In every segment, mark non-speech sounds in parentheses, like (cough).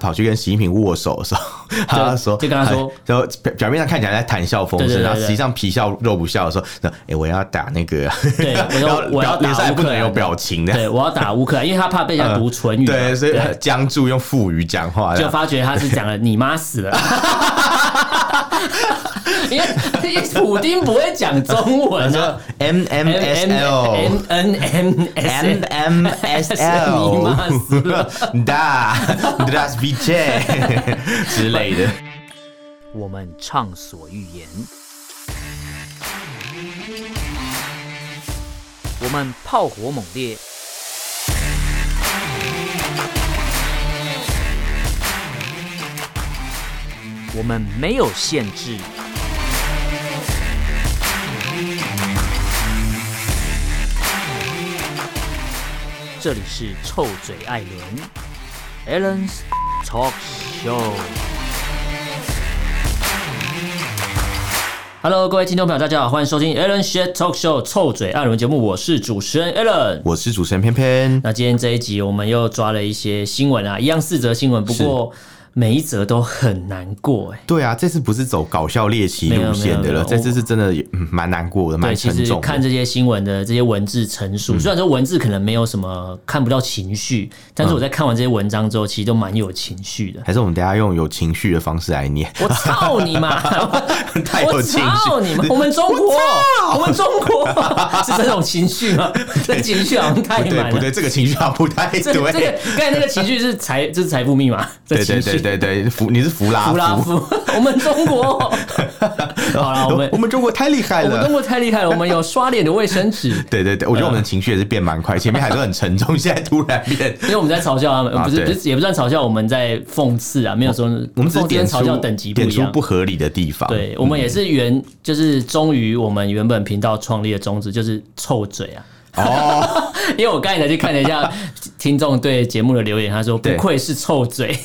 跑去跟习近平握手的时 (laughs) 候，他说就跟他说，然后表表面上看起来在谈笑风对对生，对然后对实际上皮笑肉不笑的时候，说：“哎，我要打那个， (laughs) 对我要然后我要 (laughs) 表脸打上也乌不克能兰有的表情的， (laughs) 对我要打乌克兰，因为他怕被人家读唇语嘛，嗯对，所以 (laughs) 江柱用腹语讲话，这就样发觉他是讲了“你妈死了”， (laughs) 因为因为普丁不会讲中文 (laughs) 啊说 M M S L M N M M S M S L，你妈死 (laughs) 了 da das v i c (laughs) e 之类的。我们畅所欲言；我们炮火猛烈；我们没有限制。这里是臭嘴艾伦 （Allen's Talk Show）。 Hello，各位听众朋友，大家好，欢迎收听 Alan Shit Talk Show 臭嘴艾伦节目，我是主持人 Alan。我是主持人偏偏，那今天这一集我们又抓了一些新闻啊，一样四则新闻，不过每一则都很难过哎、对啊，这次不是走搞笑猎奇路线没有没的有没有了，这次是真的也嗯蛮难过的，蛮对，其沉实重嗯看的。这些新闻的这些文字陈述，虽然说文字可能没有什么看不到情绪，但是我在看完这些文章之后，其实都蛮有情绪的。还是我们等一下用有情绪的方式来念，我操你妈！ (laughs) 太有情我绪操你妈！我们中国，我们中国 (laughs) 是这种情绪吗？这情绪好像太不对满不了对，。这个情绪好像不太这这个对。刚才那个情绪是财，这是财富密码。这对情对绪对对对，福你是福拉弗拉夫，夫， (laughs) 我们 (laughs) 中国。好了，我们哦我们中国太厉害我们中了。国太厉害了，我们有刷脸的卫生 (laughs) 纸。对对对，我觉得我们的情绪也是变蛮快，前面还是很沉重，现在突然变 (laughs) 因为我们在嘲笑他们，啊不是对不是也不算嘲笑，我们在讽刺啊，没有说我们只是讽刺跟点出嘲笑等级不点一出样不。合理的地方。对，我们也是原就是忠于我们原本频道创立的宗旨，就是臭嘴啊。哦， (laughs) 因为我刚才才去看了一下听众对节目的留言，他说不对愧是臭嘴，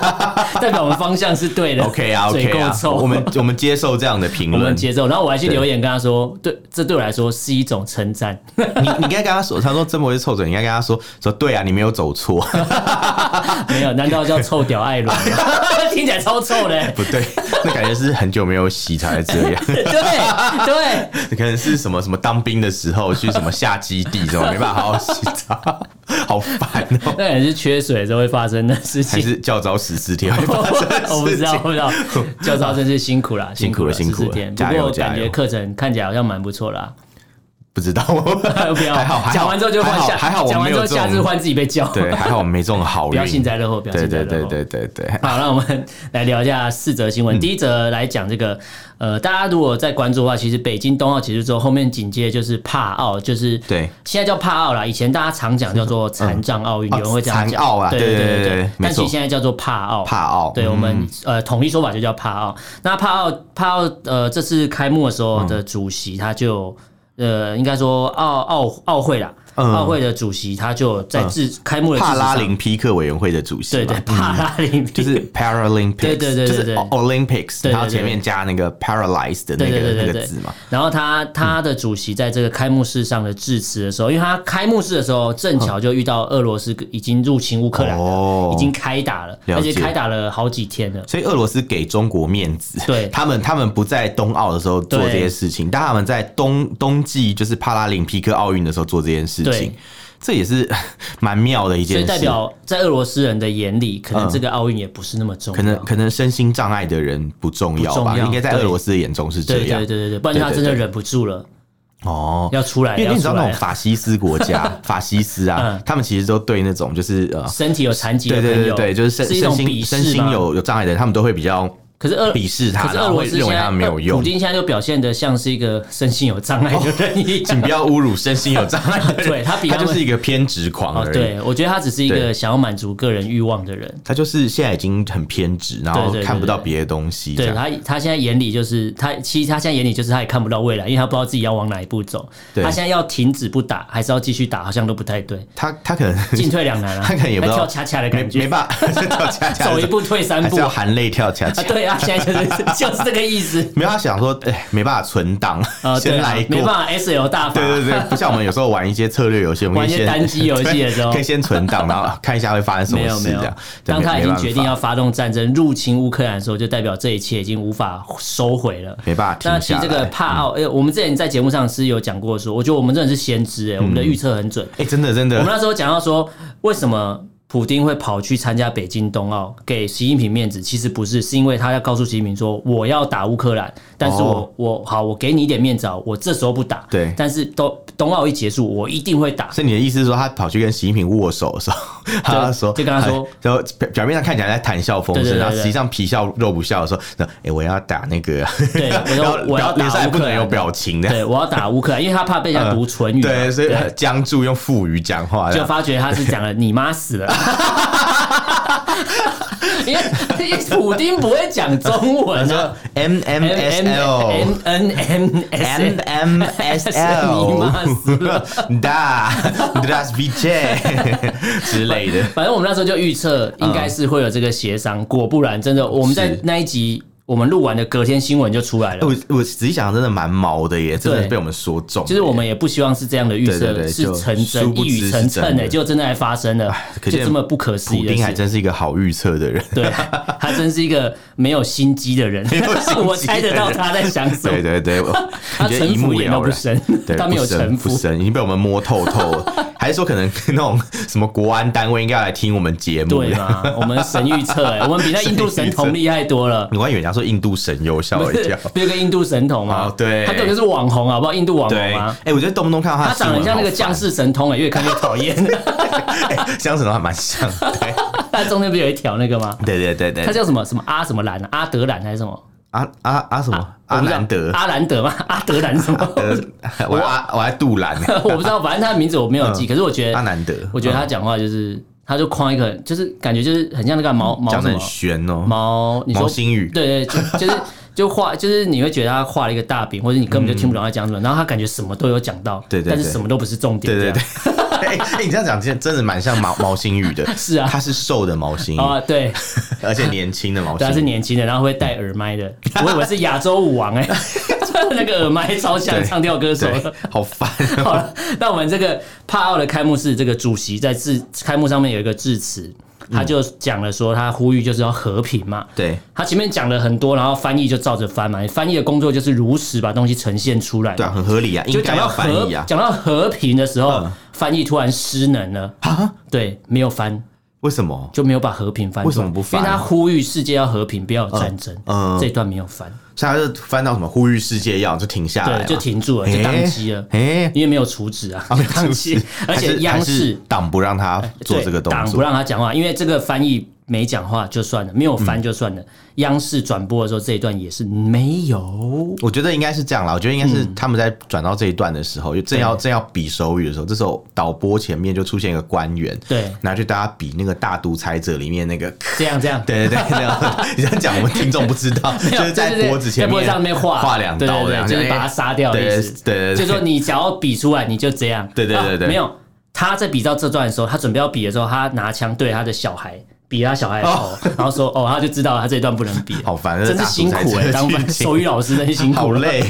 (laughs) 代表我们方向是对的。 OK 啊 (laughs) 嘴，OK 够啊，臭。我们我们接受这样的评 (laughs) 我们论。接受，然后我还去留言跟他说，对，这对我来说是一种称赞。 (laughs) 你你应该跟他说，他说真不会臭嘴，你应该跟他说说对啊，你没有走错， (laughs) 没有，难道叫臭屌艾伦吗？ (laughs) 听起来超臭的、欸不对，那感觉是很久没有洗才会这样， (laughs) 对对，可能是什么什么当兵的时候去什么下基地，什么没办法好好洗澡，好烦哦、那也是缺水的时候会发生的事还情。是较早十四天会发生的事情 (laughs) 我不知道，我不知道，教授真是辛苦啦，辛苦了辛苦了14天不加油过加感觉油课程看起来好像蛮不错 (laughs) 啦。不知道，不要还好，还好讲完之后就换下，还好还好我讲没完之有后这下次种，换自己被叫。对， (laughs) 还好我没这种好运，不要幸灾乐祸不要对幸对灾乐对祸对嗯对对，好，那我们来聊一下四则新闻。第一则来讲这个，呃，大家如果在关注的话，其实北京冬奥结束之后，后面紧接就是帕奥，就是对，现在叫帕奥啦，以前大家常讲叫做残障奥运，嗯有人会这样残讲，奥啦对对对对对没但其实错现在叫做帕奥，帕奥对我嗯们呃统一说法就叫帕奥。那帕奥帕奥呃这次开幕的时候嗯的主席他就。呃，应该说奥奥奥会啦，嗯奥会的主席他就在致开幕的致帕辞拉上，林匹克委员会的主席对嘛，对，帕拉林匹就是 Paralympics，对对对对就是对 Olympics，对对对然后前面加那个 paralyzed 的那对个对对对那对个字嘛， (laughs) 然后他嗯他的主席在这个开幕式上的致辞的时候，因为他开幕式的时候正巧就遇到俄罗斯已经入侵乌克兰嗯了，哦已经开打了，了而解且开打了好几天了。所以俄罗斯给中国面子，对他们他们不在冬奥的时候做对这些事情，但他们在冬冬季就是帕拉林匹克奥运的时候做这件事情对，这也是 (laughs) 蛮妙的一所件以事。代表在俄罗斯人的眼里，可能这个奥运也不是那么重嗯要。可能可能身心障碍的人不重要不重吧，要应该在对俄罗斯的眼中是这对对样对对对，不然他真的忍不住了，哦。要出来，因为要你知出道那种来。啊法西斯国 (laughs) 家，法西斯啊嗯，他们其实都对那种就是呃身体有残疾的对朋对对友，对，就是身一身种心鄙身视心吗？有有障碍的人，他们都会比较可是俄鄙视他，可是然俄后罗会斯认为现在他呃没有普用。京现在就表现的像是一个身心有障碍的人一哦 (laughs) 样请。不要侮辱身心有障碍的人， (laughs) 对他比他他就们是一个偏执狂哦，而已。对，我觉得他只是一个对想要满足个人欲望的人。他就是现在已经很偏执，然后对对对看不到对别的东西。这对样他，他现在眼里就是他，其实他现在眼里就是他也看不到未来，因为他不知道自己要往哪一步走。对他现在要停止不打，还是要继续打，好像都不太 (laughs) 对，他他可能进退两难啊。他可能也不知要道跳恰恰的没感没觉，办法，跳恰恰走一步退三还步是要含泪跳恰啊恰。 (laughs) 对对啊，现在就是就是这个 (laughs) 意思。没有他想说，哎，没办法存档，呃，对先啊来，没过。办法，S L 大法对，对 (laughs) 对，不像我们有时候玩一些策略游戏，我们玩一可以些先单机游戏的时候 (laughs) 对可以先存档，然后看一下会发生什没么有事没这有样。。对当他没已经决定没办法要发动战争入侵乌克兰的时候，就代表这一切已经无法收回了。没办法那停其下实这个来。嗯帕奥，哎、我们之前在节目上是有讲过说我觉得我们真的是先知、哎、我们的预测很准。哎，真的真我们的，那时候讲到说，为什么普丁会跑去参加北京冬奥，给习近平面子？其实不是，是因为他要告诉习近平说，我要打乌克兰，但是我、哦我好，我给你一点面子啊，我这时候不打，对但是冬冬奥一结束，我一定会打。是你的意思是说他跑去跟习近平握手的时候，他说就跟他说哎然后表表面上看起来在谈笑风对对生，对然后对实际上皮笑肉不笑的时候，那哎，我要打那个， (laughs) 对，我然 (laughs) 后要我要表脸上打也乌不克能有兰，表情的， (laughs) 对，我要打乌克兰，因为他怕被人家读唇语嘛、啊对，所以呃僵住用腹语讲话这就样，发觉他是讲了你妈死 (laughs) 了。因为因为普丁不会讲中文啊说 M M S L。 N N S M M S L，da (laughs) das v i c (laughs) e 之类的，反正我们那时候就预测应该是会有这个协商，果不然，真的我们在是那一集我们录完的隔天新闻就出来了我。哎我仔细想，真的蛮毛的耶，真的对被我们说中了耶。就是我们也不希望是这样的预对对测对是就成殊真，不一知语成是真谶的哎，结果真的还发生了，可就见这么不可思普议的丁还事。真是一个好预测的人，对，啊他真是一个没有心机的人啊有心机，的人 (laughs) 我猜得到他在想什对么。对 (laughs) 对，我他我觉得臣一服目也都了不然。深，对，他没有不深臣不服。深，已经被我们摸透透了。还是说可能 (laughs) 那种什么国安单位应该要来听我们节目？对啊嘛？我们神 (laughs) 预测、哎，我们比那印度神童厉害多了。我还以为人家说印度神优，吓我一 (laughs) 跳。不有个印度神童嘛？哦对他根本就是网红，好不好？印度网对，红哎啊。、我觉得动不动看到他他的新闻，长得很像那个好降世神通哎、越看越 (laughs) 讨厌。哎相似的还蛮像的。对他中间不是有一条那个吗？对对对他对，叫什么什么阿什么兰啊阿德兰还是什么？阿阿阿什么阿啊我不知道兰德，阿兰德吗？阿德兰什么？呃，我阿我还杜兰， (laughs) 我不知道，反正他的名字我没有嗯记。可是我觉阿得，南德，我觉得嗯他讲话就是，他就框一个，就是感觉就是很像那个毛毛嗯讲什的很么玄哦，毛，你毛说新宇，对对，就就是就 (laughs) 画，就是你会觉得他画了一个大饼，或者你根本就听不懂他讲什么，然后他感觉什么都有讲到，对对对但是什么都不是重点，对对这对样。。 (laughs) 哎、哎你这样讲，真真的蛮像毛毛新宇的。 (laughs) 是啊他是瘦的毛新宇，啊，对， (laughs) 而且年轻的毛对新他是宇。年轻的，然后会戴耳 (laughs) 麦的，我以为是亚洲舞王哎、 (laughs) 那个耳麦超像对唱跳歌手。对， (laughs) 好烦、 (laughs) 好哦。了，那我们这个帕奥的开幕式，这个主席在致开幕上面有一个致辞，他就讲了说，他呼吁就是要和平嘛，对他前面讲了很多，然后翻译就照着翻嘛，翻译的工作就是如实把东西呈现出来嘛。对啊，很合理啊，就应该讲要到翻和译啊。讲到和平的时候，嗯翻译突然失能了，啊？对，没有翻，为什么？就没有把和平翻出来。为什么不翻啊因为他呼吁世界要和平，不要有战争。嗯嗯这一段没有翻，所以他就翻到什么呼吁世界要，就停下来嘛，对，就停住了，就哎，宕机了。哎、因为没有处置啊，没有 (laughs) 宕机出事，而 (laughs) 还且是央还是视哎党不让他做对这个动党不作，让他讲话，因为这个翻译没讲话就算了，没有翻就算了。央视转播的时候，这一段也是没有。我觉得应该是这样啦。我觉得应该是嗯他们在转到这一段的时候，就正要正要比手语的时候，这时候导播前面就出现一个官员，对然后就大家比那个《大独裁者》里面那个。这样这样，对对对，这样你这样讲，我们听众不知道，没 (laughs) 就有是在对对对脖子前在脖面子上面画画两对对刀对这样，就是把它杀掉的意思。对对对对就说你只要比出来，你就这样。对对对对啊没有，他在比到这段的时候，他准备要比的时候，他拿枪对他的小孩。比他小孩的头， (laughs) 然后说：“哦，他就知道他这一段不能 (laughs) 比了，好烦真是辛苦哎、这大当叔才知道手语老师真辛苦好累，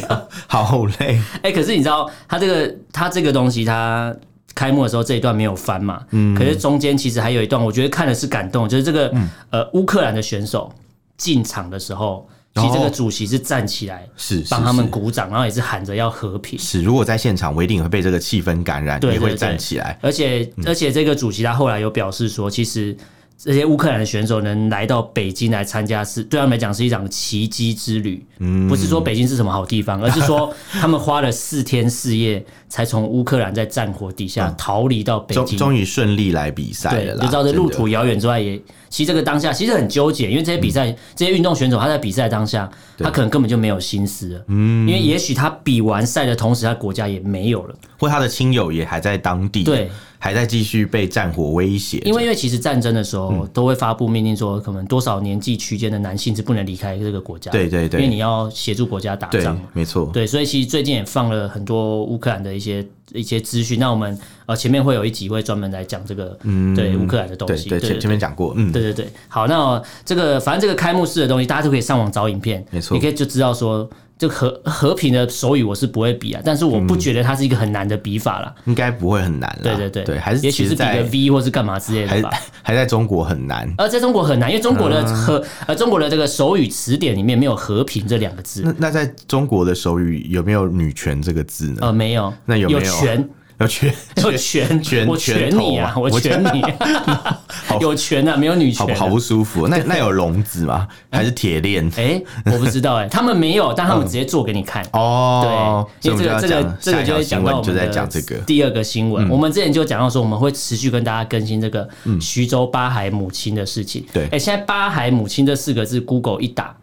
好累。哎、可是你知道他这个他这个东西，他开幕的时候这一段没有翻嘛？嗯，可是中间其实还有一段，我觉得看的是感动，就是这个、嗯呃乌克兰的选手进场的时候，其实这个哦主席是站起来是是帮他们是鼓掌，然后也是喊着要和平。是，如果在现场，我一定会被这个气氛感染，对也对会对站起来。而且嗯而且这个主席他后来有表示说，其实这些乌克兰的选手能来到北京来参加是，对他们来讲是一场奇迹之旅。嗯，不是说北京是什么好地方，而是说他们花了四天四夜才从乌克兰在战火底下逃离到北嗯终京。终于顺利来比赛对了，啦，就知道这真的路途遥远之外也，其实这个当下其实很纠结，因为这些比赛，这些运动选手他在比赛当下，他可能根本就没有心思了，嗯，因为也许他比完赛的同时，他国家也没有了，或他的亲友也还在当地，对，还在继续被战火威胁着，因为因为其实战争的时嗯候都会发布命令说，可能多少年纪区间的男性是不能离开这个国家的，对对对因为你要协助国家打对仗嘛，。没错，对，所以其实最近也放了很多乌克兰的一些一些资讯。那我们呃前面会有一集会专门来讲这个、对乌克兰的东对西，嗯对，前前面讲过，嗯，对对对，好，那我这个反正这个开幕式的东西，大家都可以上网找影片，没错你可以就知道说，这和和平的手语我是不会比啊，但是我不觉得它是一个很难的笔法啦。应该不会很难啦，对对对，嗯对，还是也许其是实比个在 V 或是干嘛之类还的吧。还在中国很难。而在中国很难，因为中国啊的和、呃中国的这个手语词典里面没有和平这两个字，那那在中国的手语有没有女权这个字呢？呃没有，那有没有有 (laughs) 权有权，有权拳我拳权头你啊啊，我我权你， (laughs) 有权啊，没有女权好啊、好不舒服。那那有笼子吗？还是铁 (laughs) 链？哎、我不知道哎、他们没有，但他们嗯直接做给你看。哦，对，因为所这以个我这们就要讲下一条个这个就会新讲到我闻，就们在的讲这个。嗯第二个新闻。我们之前就讲到说，我们会持续跟大家更新这个徐州八海母亲的事情。对哎，现在八海母亲这四个字，Google 一打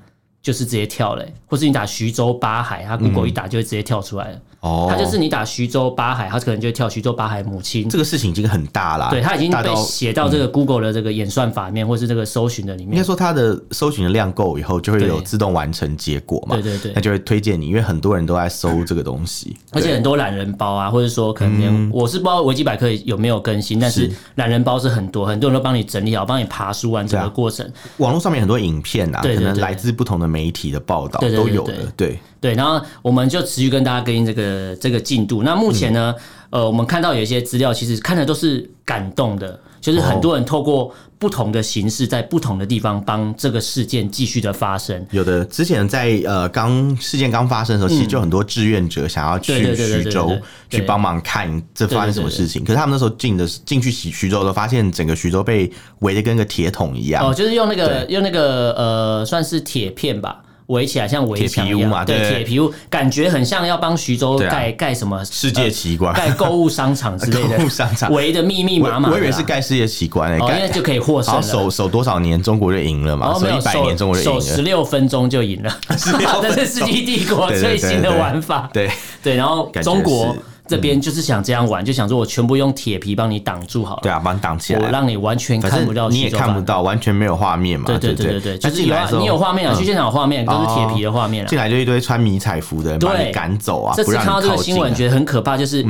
就是直接跳嘞，或是你打徐州八海，它 Google 一打就会直接跳出来了。嗯哦，它就是你打徐州八海，它可能就会跳徐州八海母亲这。个事情已经很大啦，对，它已经大被到嗯写到这个 Google 的这个演算法里面，或是这个搜寻的里应该面。说它的搜寻的量够以后，就会对有自动完成结果嘛，对对对那就会推荐你，因为很多人都在搜这个东西，而且对嗯很多懒人包啊，或者说可能连我是不知道维基百科有没有更新，但是懒人包是很多，很多人都帮你整理好，帮你爬书完整对个啊过程。网络上面很多影片啊，对对可能对来自不同的媒体的报道对对对都有对的，对，对，然后我们就持续跟大家更新这个这个进度。那目前呢，嗯呃，我们看到有一些资料，其实看的都是感动的，就是很多哦人透过不同的形式，在不同的地方帮这个事件继续的发生。有的之前在呃刚事件刚发生的时候，其实就很多志愿者想要嗯对对去对对徐对州对对去帮忙看这发生什么事情。可是他们那时候进的进去徐徐州的时候，发现整个徐州被围得跟个铁桶一样哦，。就是用那个用那个呃，算是铁片吧。围起来像围墙一铁皮样，屋嘛对对铁皮屋，感觉很像要帮徐州对啊盖盖什么世界奇观， (laughs) 盖购物商场之类的， (laughs) 购物商场围的密密我麻麻的我啦。以为是盖世界奇观诶，哦，因为盖就可以获胜然后了守。守多少年，中国就赢了然嘛，后所哦没以有一百年中国就守赢十了。六分钟就 (laughs) 赢了， 16 (laughs) 分这钟是《世纪帝国》对对最对新的对玩法。对，对，然后感觉中国是嗯这边就是想这样玩，就想说我全部用铁皮帮你挡住好了，对啊，帮你挡起我来，让你完全反看不到正你徐也州看吧不。到，完全没有画面嘛。对对对对对对，那就是进有来啊的时候嗯你有画面啊，去现场有画面都是铁皮的画面啊。进来就一堆穿迷彩服的人把对你赶走啊，这不次让看到你这个靠新近闻，啊觉得很可怕，就是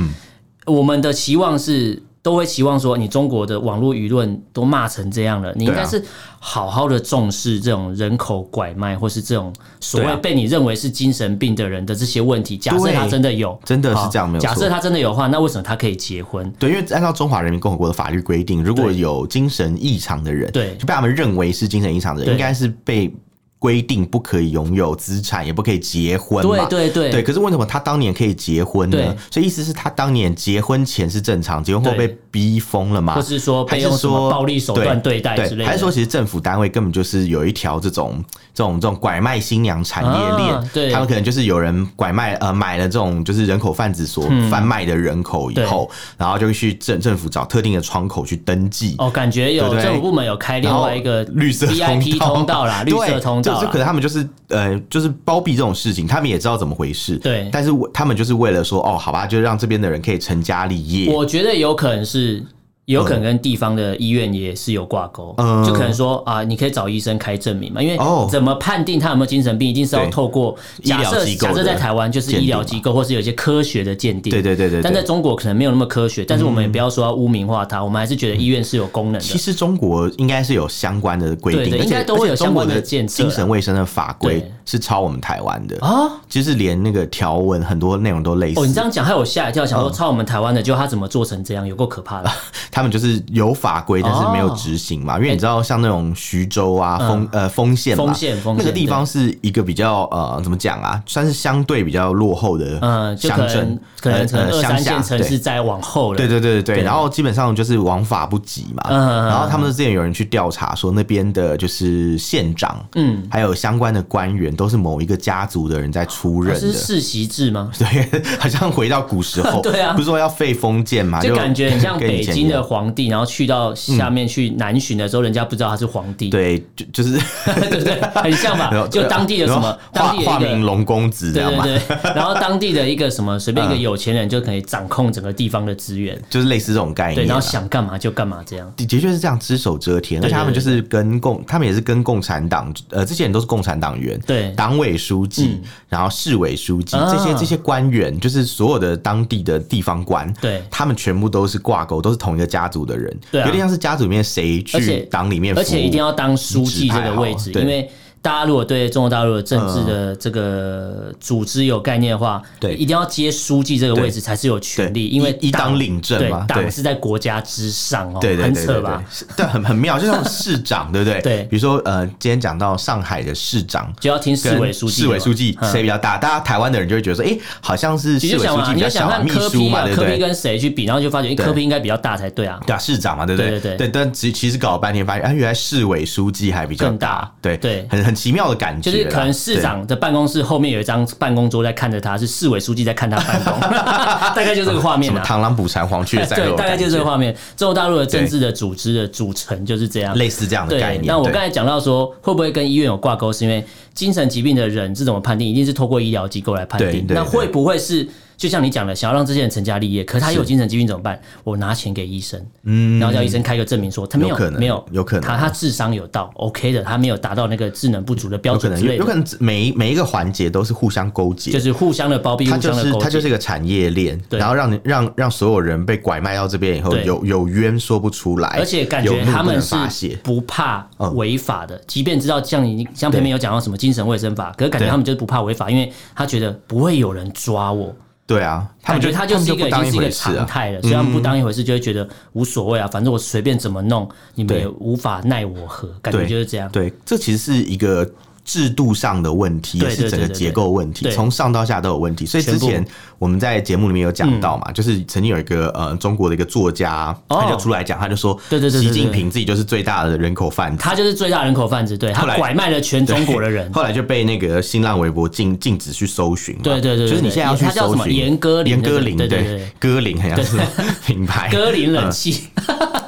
我们的期望是。都会期望说，你中国的网络舆论都骂成这样了，你应该对啊是好好的重视这种人口拐卖，或是这种所对谓啊被你认为是精神病的人的这些问题。假设对他真的有，真的是好这样没有假设错他真的有的话，那为什么他可以结婚？对，因为按照中华人民共和国的法律规定，如果对有精神异常的人，对就被他们认为是精神异常的人，对应该是被规定不可以拥有资产，也不可以结婚对嘛。对对对，可是为什么他当年可以结婚对呢？所以意思是他当年结婚前是正常，结婚后对被逼疯了嘛？或是说还被是用什么说暴力手段对待之类的，还是说其实政府单位根本就是有一条这种这种这种拐卖新娘产业链、啊对他们可能就是有人拐卖呃买了这种就是人口贩子所嗯贩卖的人口以后，然后就去政政府找特定的窗口去登记。哦，感觉有对对政府部门有开另然后外一个绿色 VIP 通道啦，(laughs) 绿对色通道啊就是啦可能他们就是呃，就是包庇这种事情，他们也知道怎么回事，对但是我他们就是为了说，哦，好吧，就让这边的人可以成家立业，我觉得有可能是，也有可能跟地方的医院也是有挂钩，嗯就可能说啊，你可以找医生开证明嘛，因为哦怎么判定他有没有精神病，一定是要对透过医假疗设机构假设的在台湾就是医疗鉴定机构，或是有一些科学的鉴定，对对对对对嗯但在中国可能没有那么科学，但是我们也不要说要污名化它，我们还是觉得医院是有功能其的。实中国应该是有相关的规定，对对而且应该都会有相关的建设啊而且中国的精神卫生的法规对是抄我们台湾的啊。其实连那个条文很多内容都类似，哦，你这样讲害我吓一跳，想嗯说抄我们台湾的，就他怎么做成这样，有够可怕的。他们就是有法规，但哦是没有执行嘛。因为你知道，像那种徐州啊、丰呃丰县嘛、哎嗯丰县丰那县个地方是一个比较呃怎么讲啊，算是相对比较落后的嗯，就乡可能镇，可能呃可能呃二三乡下线城市对再往后了。对对对对对对，然后基本上就是王法不及嘛。嗯嗯嗯然后他们之前有人去调查说，那边的就是县长，嗯，还有相关的官员都是某一个家族的人在出任哦这是的。世袭制吗？ (laughs) 对，好像回到古时候 (laughs) ，对啊不是说要废封建嘛，就感觉很像啊跟北以前京一的样皇帝，然后去到下面去南巡的时候，人家不知道他是皇帝，对，就就是 (laughs) 对不对？很像然 (laughs) 后吧？就当地的什然么后，化当地化的一名个。龙公子这对样嘛，对对， (laughs) 然后当地的一个什么，随便一个嗯有钱人就可以掌控整个地方的资源，就是类似这种概对，念然啊。后想干嘛就干嘛这样。的的确是这样，只手遮天，而对且他们对就对是跟共，他们也是跟共产党，呃，这些人都是共产党员，对党委书记，然后市委书记，嗯啊这些这些官员，就是所有的当地的地方官，对他们全部都是挂钩，都是同一个家族的人，对啊有点像是家族里面谁而且去党里面服务，而且一定要当书记这个位置，对嗯因为大家如果对中国大陆的政治的这个组织有概念的话，对一定要接书记这个位置对才是有权利，对因为一一党领政对嘛，对党是在国家之上哦，对对很对对扯对吧？，是但很很妙，就 (laughs) 像市长，对不对？对比如说呃，今天讲到上海的市长。就要听市委书记的市嘛，委书记嗯谁比较大？大家台湾的人就会觉得说，哎，好像是你市就委想书嘛，记比你较就想小嘛，啊看啊秘科书批嘛，嘛，对不科对批？跟谁去比，然后就发觉诶对科批应该比较大才对啊，对啊，市长嘛，对不对？对对对但其其实搞了半天，发现啊，原来市委书记还比较更大对对很很奇妙的感觉就啦，是可能市长的办公室后面有一张办公桌在看着他，是市委书记在看他办公， (laughs) 大概就这个画对面什么啊。螳螂捕蝉，黄雀在对，后，大概就是这个画面。中国大陆的政治的组织的组成就是这样。类似这样的对概，念。那我对刚才讲到说，会不会跟医院有挂钩？是因为精神疾病的人是怎么判定？一定是透过医疗机构来判对定。对那对会不会是就像你讲的，想要让这些人成家立业，可是他有精神疾病怎么办？我拿钱给医生，嗯，然后叫医生开个证明说他没有可能没有，有可能他他智商有到 OK 的，他没有达到那个智能不足的标有可准能之有类有可的，能每一每一个环节都是互相勾就结。是互相的包庇，它互就相是的勾它就结是一。个产业链，对然后让你让让所有人被拐卖到这边以后，对有有冤说不出来，而且感有觉怒不他们能是发泄，不怕嗯违法的，即便知道像你像偏对偏有讲到什么精神卫生法，可是感觉对他们就是不怕违法，因为他觉得不会有人抓我，对啊，他们感觉就他就是一个不已经当是一一回个事常啊，态了，所以他们不当一回事就会觉得无所谓啊，反正我随便怎么弄，你们对也无法奈我何，感觉对，就是这样。对，这其实是一个制度上的问题，对也是整个对对对结构问题，对从上到下都有问题。所以之全嗯前我们在节目里面有讲到嘛，就是曾经有一个呃中国的一个作家，哦他就出来讲，他就说，对对对对习对近平自己就是最大的人口贩子。他就是最大人口贩子，对他后来拐卖了全中国的人。后来就被那个新浪微博禁禁止去搜寻嘛，对对对对就是你现在要去他叫搜什么寻严歌苓严对歌对苓对对对对歌苓好像是品牌，歌林冷气，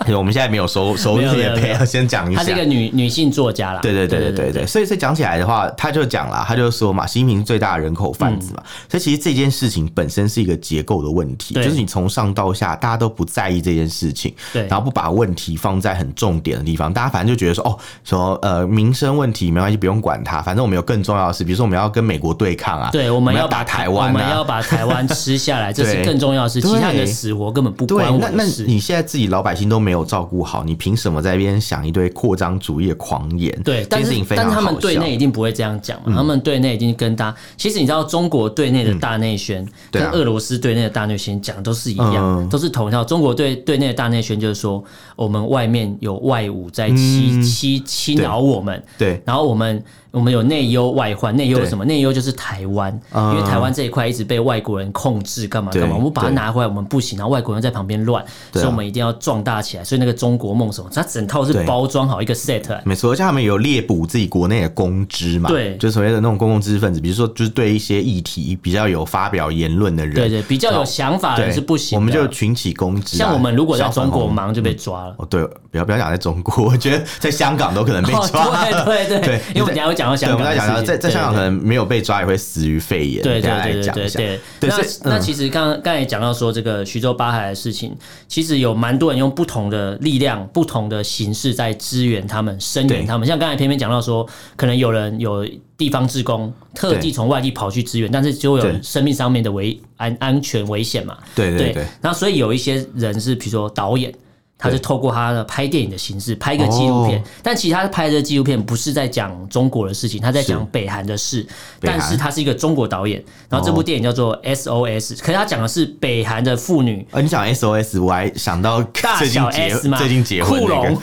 对 (laughs) 我们现在没有收收没这有些没有配，没有要先讲一她是一下个。女女性作家啦。对对对对对对，所以所以讲起来的话，他就讲了，他就说嘛，习近平是最大的人口贩子嘛，所以其实这件事情本身是一个结构的问题，就嗯对是你从上到下大家都不在意这件事情，对然后不把问题放在很重点的地方，大家反正就觉得说哦，什么呃民生问题没关系，不用管它，反正我们有更重要的事，比如说我们要跟美国对抗啊， (laughs) 对，我我们要要把打台湾、啊，我们要把台湾吃下 (laughs) 来，这是对更重要的事。对其他的死活根本不对关，那我那的事。你现在自己老百姓都没有照顾好，你凭什么在那边想一堆扩张主义的狂言？对，这但件事是情非常但好他们笑嗯对内一定不会这样讲嘛，他们对内已经跟大，其实你知道中国对内的大内宣对跟啊俄罗斯对内的大内宣讲都是一样嗯，都是同一套。中国对对内的大内宣就是说，我们外面有外武在欺欺欺扰我们，嗯对然后我们我们有内忧外患，内忧是对什么？内忧就是台湾，嗯因为台湾这一块一直被外国人控制，干嘛对干嘛？我们把它对拿回来，我们不行，然后外国人在旁边乱，对啊所以我们一定要壮大起来。所以那个中国梦什么，它整套是对包装好一个 set 啊来。没错，而且他们有猎捕自己国内的公知嘛，对就是所谓的那种公共知识分子，比如说就是对一些议题比较有发表言论的人，对对，比较有想法的对人是不行的。啊我们就群起攻之啊、像我们如果在小粉中国红，忙就被抓了。哦对，不要不要讲在中国， (laughs) 我觉得在香港都可能 (laughs) 被哦，抓。对 (laughs) 对对对，因为我们等一下会讲到对，香我港们在的事情，讲到在在香港可能没有被抓，也会死于肺炎。对对等一下来对对讲一对下对。对那所以那嗯其实刚刚才讲到说这个徐州八海的事情，其实有蛮多人用不同的力量、不同的形式在支援他们、声对援他们。像刚才偏偏讲到说，可能有人有地方志工特对地从外地跑去支援，但是就对有生命上面的危安安全危险嘛。对对对。那所以有一些人是，比如说导演。他是透过他的拍电影的形式拍一个纪录片，哦但其实他拍的纪录片不是在讲中国的事情，他在是讲北韩的事。北韩但是他是一个中国导演，然后这部电影叫做 SOS，、可是他讲的是北韩的妇女呃，你讲 SOS，我还想到大最近小结 S 嘛，最近结婚库那个 (laughs) 龙，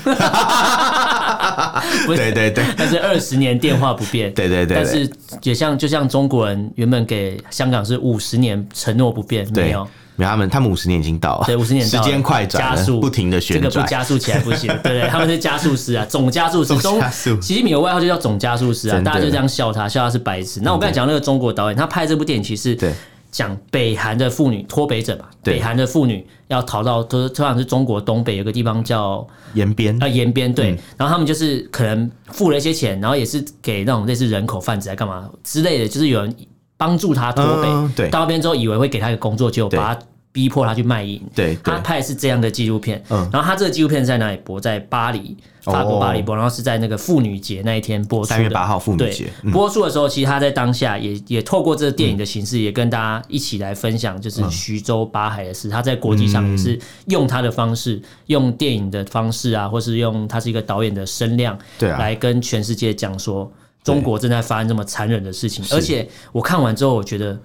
不是对对对但是二十年电话不变，对对对对但是也像就像中国人原本给香港是五十年承诺不变，对，没有。没有他们，他们五十年已经到了，对，五十年时到了间快转加了，速不停的旋这个转不，加速起来 (laughs) 不行，对不对？他们是加速师啊，总加速师，总中加速习近平有外号就叫总加速师啊，真的大家就这样笑他，笑他是白痴。那我刚才讲那个中国导演，他拍这部电影其实对讲北韩的妇女脱北者吧，对北韩的妇女要逃到，就是特别是中国东北有个地方叫延边嗯呃延边，对，然后他们就是可能付了一些钱，然后也是给那种类似人口贩子来干嘛之类的，就是有人帮助他脱北，嗯对到那边之后以为会给他一个工作，结果对把他逼迫他去卖淫，对对他拍的是这样的纪录片，嗯然后他这个纪录片在哪里播？在巴黎，法国哦巴黎播，然后是在那个妇女节那一天播出的， 3月8号妇女对节嗯播出的时候，其实他在当下也也透过这个电影的形式，也跟大家一起来分享，就是嗯徐州八海的事。他在国际上也是用他的方式，用电影的方式啊，或是用他是一个导演的声量，对啊来跟全世界讲说，中国正在发生这么残忍的事情。而且我看完之后，我觉得。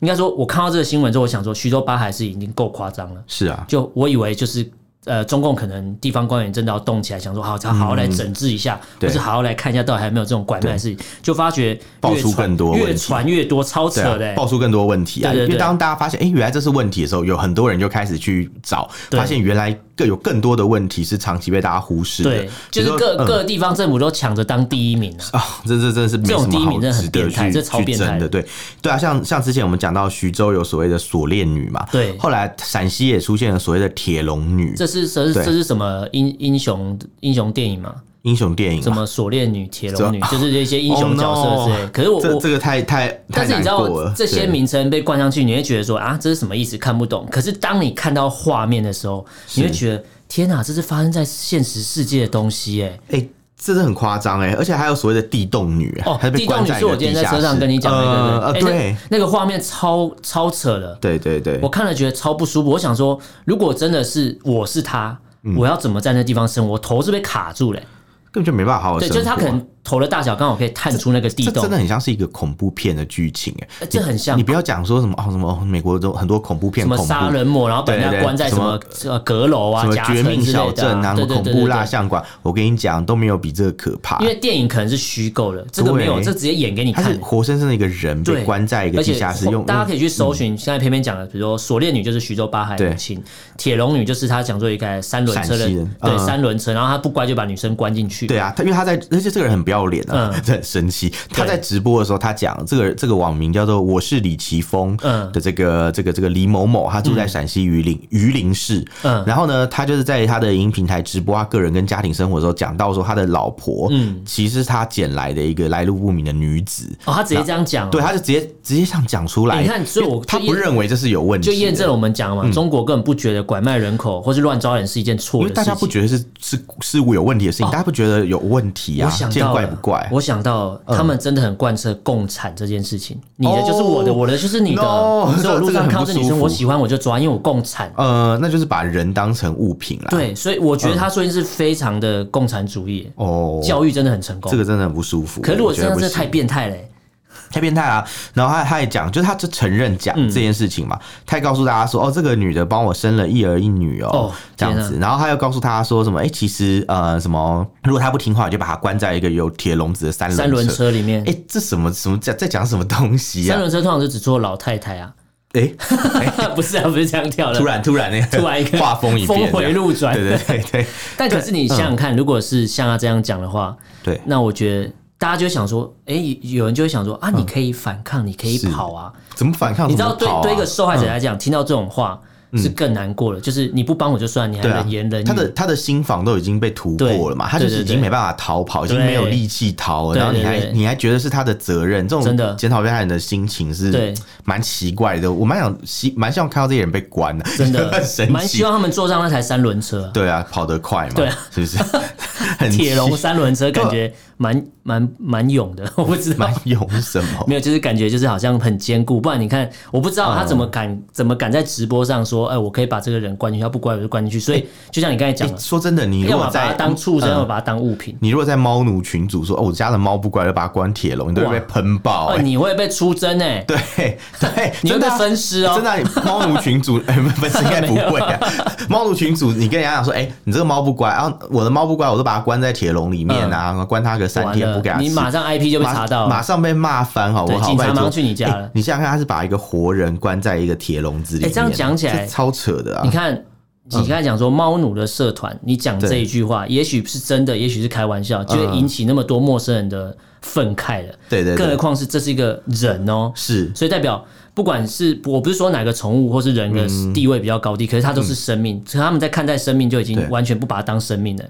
应该说，我看到这个新闻之后，我想说，徐州八海是已经够夸张了。是啊，就我以为就是呃，中共可能地方官员真的要动起来，想说好，他好好来整治一下，嗯对或是好好来看一下到底还有没有这种拐卖的事情，就发觉爆越出传更多越问题传越多，超扯对的、啊，欸爆出更多问题啊！对对对因为当大家发现，哎、原来这是问题的时候，有很多人就开始去找，对发现原来更有更多的问题是长期被大家忽视的对，，就是比如说各、嗯各地方政府都抢着当第一名啊。啊，这这真的是没这种什第一么名好真的很值得变态去这超去变态争的。的对对啊，像像之前我们讲到徐州有所谓的锁链女嘛，对后来陕西也出现了所谓的铁笼女这是这是对这是什么英英雄英雄电影吗？英雄电影嘛，什么锁链女、铁笼女，这就是一些英雄角色之类。 Oh no 可是我这我这个太太太但是你难知过道了。这些对名称被冠上去，你会觉得说啊，这是什么意思？看不懂。可是当你看到画面的时候，你会觉得天哪，这是发生在现实世界的东西耶！哎、这是很夸张哎，而且还有所谓的地洞女哦她，被地洞关女在一是个我今天在地下车上室跟你讲的，呃呃对不对？哎对那那个画面超超扯的，对对对我，看了觉得超不舒服。我想说，如果真的是我是他，嗯我要怎么在那地方生活？我头是被卡住嘞，根本就没办法好好对，生活。就是他可能头的大小刚好可以探出那个地这洞真的，很像是一个恐怖片的剧情哎，呃这很像你不要讲说什么哦什么美国都很多恐怖片什么恐怖杀人魔，然后把人对家对关在什么呃阁楼啊什、么夹绝层命之类小的镇啊，什对么对恐对怖对蜡对。像馆，我跟你讲都没有比这个可怕因。为电影可能是虚构的，这个没有，对这直接演给你他看是。活生生的一个人对被关在一个而地且哦下室，用大家可以以去搜寻，现在偏偏讲的，比如说锁链女就是徐州八海对母亲，铁笼女就是她讲做一个三轮车的陕西人，对嗯三轮车，然后她不乖就把女生关进去。对啊，他因为他在，而且这个人很不要脸啊，嗯这 (laughs) 很神奇。他在直播的时候，他讲这个这个网名叫做“我是李奇峰”嗯的这个这个这个李某某，他住在陕西榆林榆林市。嗯然后呢，他就是在他的影音平台直播他个人跟家庭生活的时候，讲到说他的老婆，嗯嗯，其实是他捡来的一个来路不明的女子。哦，她直接这样讲哦，对，他就直接直接想讲出来。哎你看所以我因为他就不验认为这是有问题就的，验证了我们讲的嘛，中国根本不觉得拐卖人口或是乱招人是一件错嗯因的为事情。哦大家不觉得是是是有问题的事情，大家不觉得有问题啊我想，见到了怪不怪。嗯我想到他们真的很贯彻共产这件事情，你的就是我的，哦我的就是你的。 No，所以我路上 (laughs) 这个很不看到这女生，舒服我喜欢我就抓，因为我共产。呃，那就是把人当成物品啦。，对，所以我觉得他最近是非常的共产主义，嗯哦，教育真的很成功。这个真的很不舒服。可是如果我觉真得的不是行太变态嘞，太变态啊！然后他他也讲，就是他就承认讲嗯这件事情嘛，他也告诉大家说，哦，这个女的帮我生了一儿一女哦，哦这样子。天然后他又告诉大家说什么，哎、其实呃什么，如果他不听话，我就把他关在一个有铁笼子的三轮三轮。车里面哎、，这什么什么在在讲什么东西呀、三啊？轮车通常是只坐老太太啊，哎、 (laughs) 不是啊，不是这样跳的突。然突然那个 (laughs) 突然一个画风一变， (laughs) 峰回路转这样对对对对但可是你想想看，如果是像他这样讲的话，嗯对。那我觉得大家就会想说，哎，有人就会想说啊，你可以反抗，你可以嗯是跑啊，怎么反抗？你知道怎对么跑啊嗯对一个受害者来讲，听到这种话是更难过的，就是你不帮我就算，你还对啊冷言冷，语他。的他的心房都已经被突破了嘛，对他就是已对对经对没办法逃跑，已经对没有力气逃了，然后对你对还对你还觉得是他的责任，这真种的检讨被害人的心情对是蛮奇怪的。我蛮想希蛮希望看到这些人被关的，真 (laughs) 很的神蛮奇希。望他们坐上那台三轮车啊、对啊，跑得快嘛，对啊是不 (laughs) 是？很铁笼奇三轮车，感觉蛮蛮蛮勇的，我不知道蛮。勇什么没？有，就是感觉就是好像很坚固，不然你看，我不知道他怎嗯么敢、怎么敢在直播上说，哎，我可以把这个人关进去，他不乖我就关进去。所以就像你刚才讲诶了，说真的，哎你如要果么把在他当畜生，嗯要么把他当物品。你如果在猫奴群组说哦，我家的猫不乖，就把它关铁笼，你都会被哇喷爆、哦，欸。你会被出征哎、对对， (laughs) 你会真的被啊分尸哦真的啊、猫奴群主，哎、不分尸 (laughs) 应该不会啊。 (laughs) 猫奴群主，你跟人家讲说，哎、你这个猫不乖，然、后我的猫不乖，我都把它关在铁笼里面啊，关它个三嗯完天不了给它，吃。你马上 IP 就被马查到了，马上被骂翻，好不对好？警察拜托马上去你家了哎你想想看，他是把一个活人关在一个铁笼子里面，啊哎这样讲起来这超扯的啊！你看，你刚才讲说猫奴的社团，你讲这一句话，也许是真的，也许是开玩嗯笑，就会引起那么多陌生人的愤慨了。对对对更何况是这是一个人哦，是所以代表不管是我不是说哪个宠物或是人的地位比较高低，可是它都是生命，所以他们在看待生命就已嗯对经完全不把它当生 (laughs) 命了。